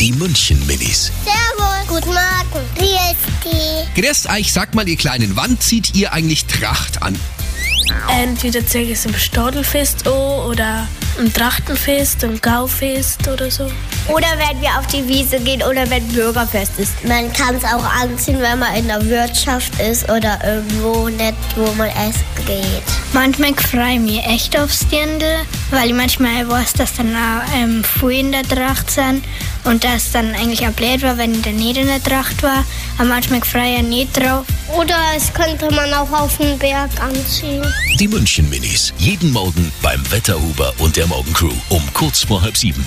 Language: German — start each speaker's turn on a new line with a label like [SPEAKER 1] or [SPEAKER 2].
[SPEAKER 1] Die München-Minis.
[SPEAKER 2] Servus. Guten Morgen. Wie ist die?
[SPEAKER 1] Grüßt euch, sag mal, ihr Kleinen, wann zieht ihr eigentlich Tracht an?
[SPEAKER 3] Entweder ziehe ich es im Stadelfest an oder im Trachtenfest, im Gaufest oder so.
[SPEAKER 4] Oder wenn wir auf die Wiese gehen oder wenn Bürgerfest ist.
[SPEAKER 2] Man kann es auch anziehen, wenn man in der Wirtschaft ist oder irgendwo nicht, wo man essen geht.
[SPEAKER 5] Manchmal freue ich mich echt aufs Dirndl, weil ich manchmal weiß, dass dann auch ähm, viele in der Tracht sind und dass dann eigentlich auch blöd war, wenn ich dann nicht in der Tracht war. Aber manchmal freue ich mich nicht drauf.
[SPEAKER 2] Oder es könnte man auch auf dem Berg anziehen.
[SPEAKER 1] Die München-Minis. Jeden Morgen beim Wetterhuber und der Morgencrew um kurz vor halb sieben.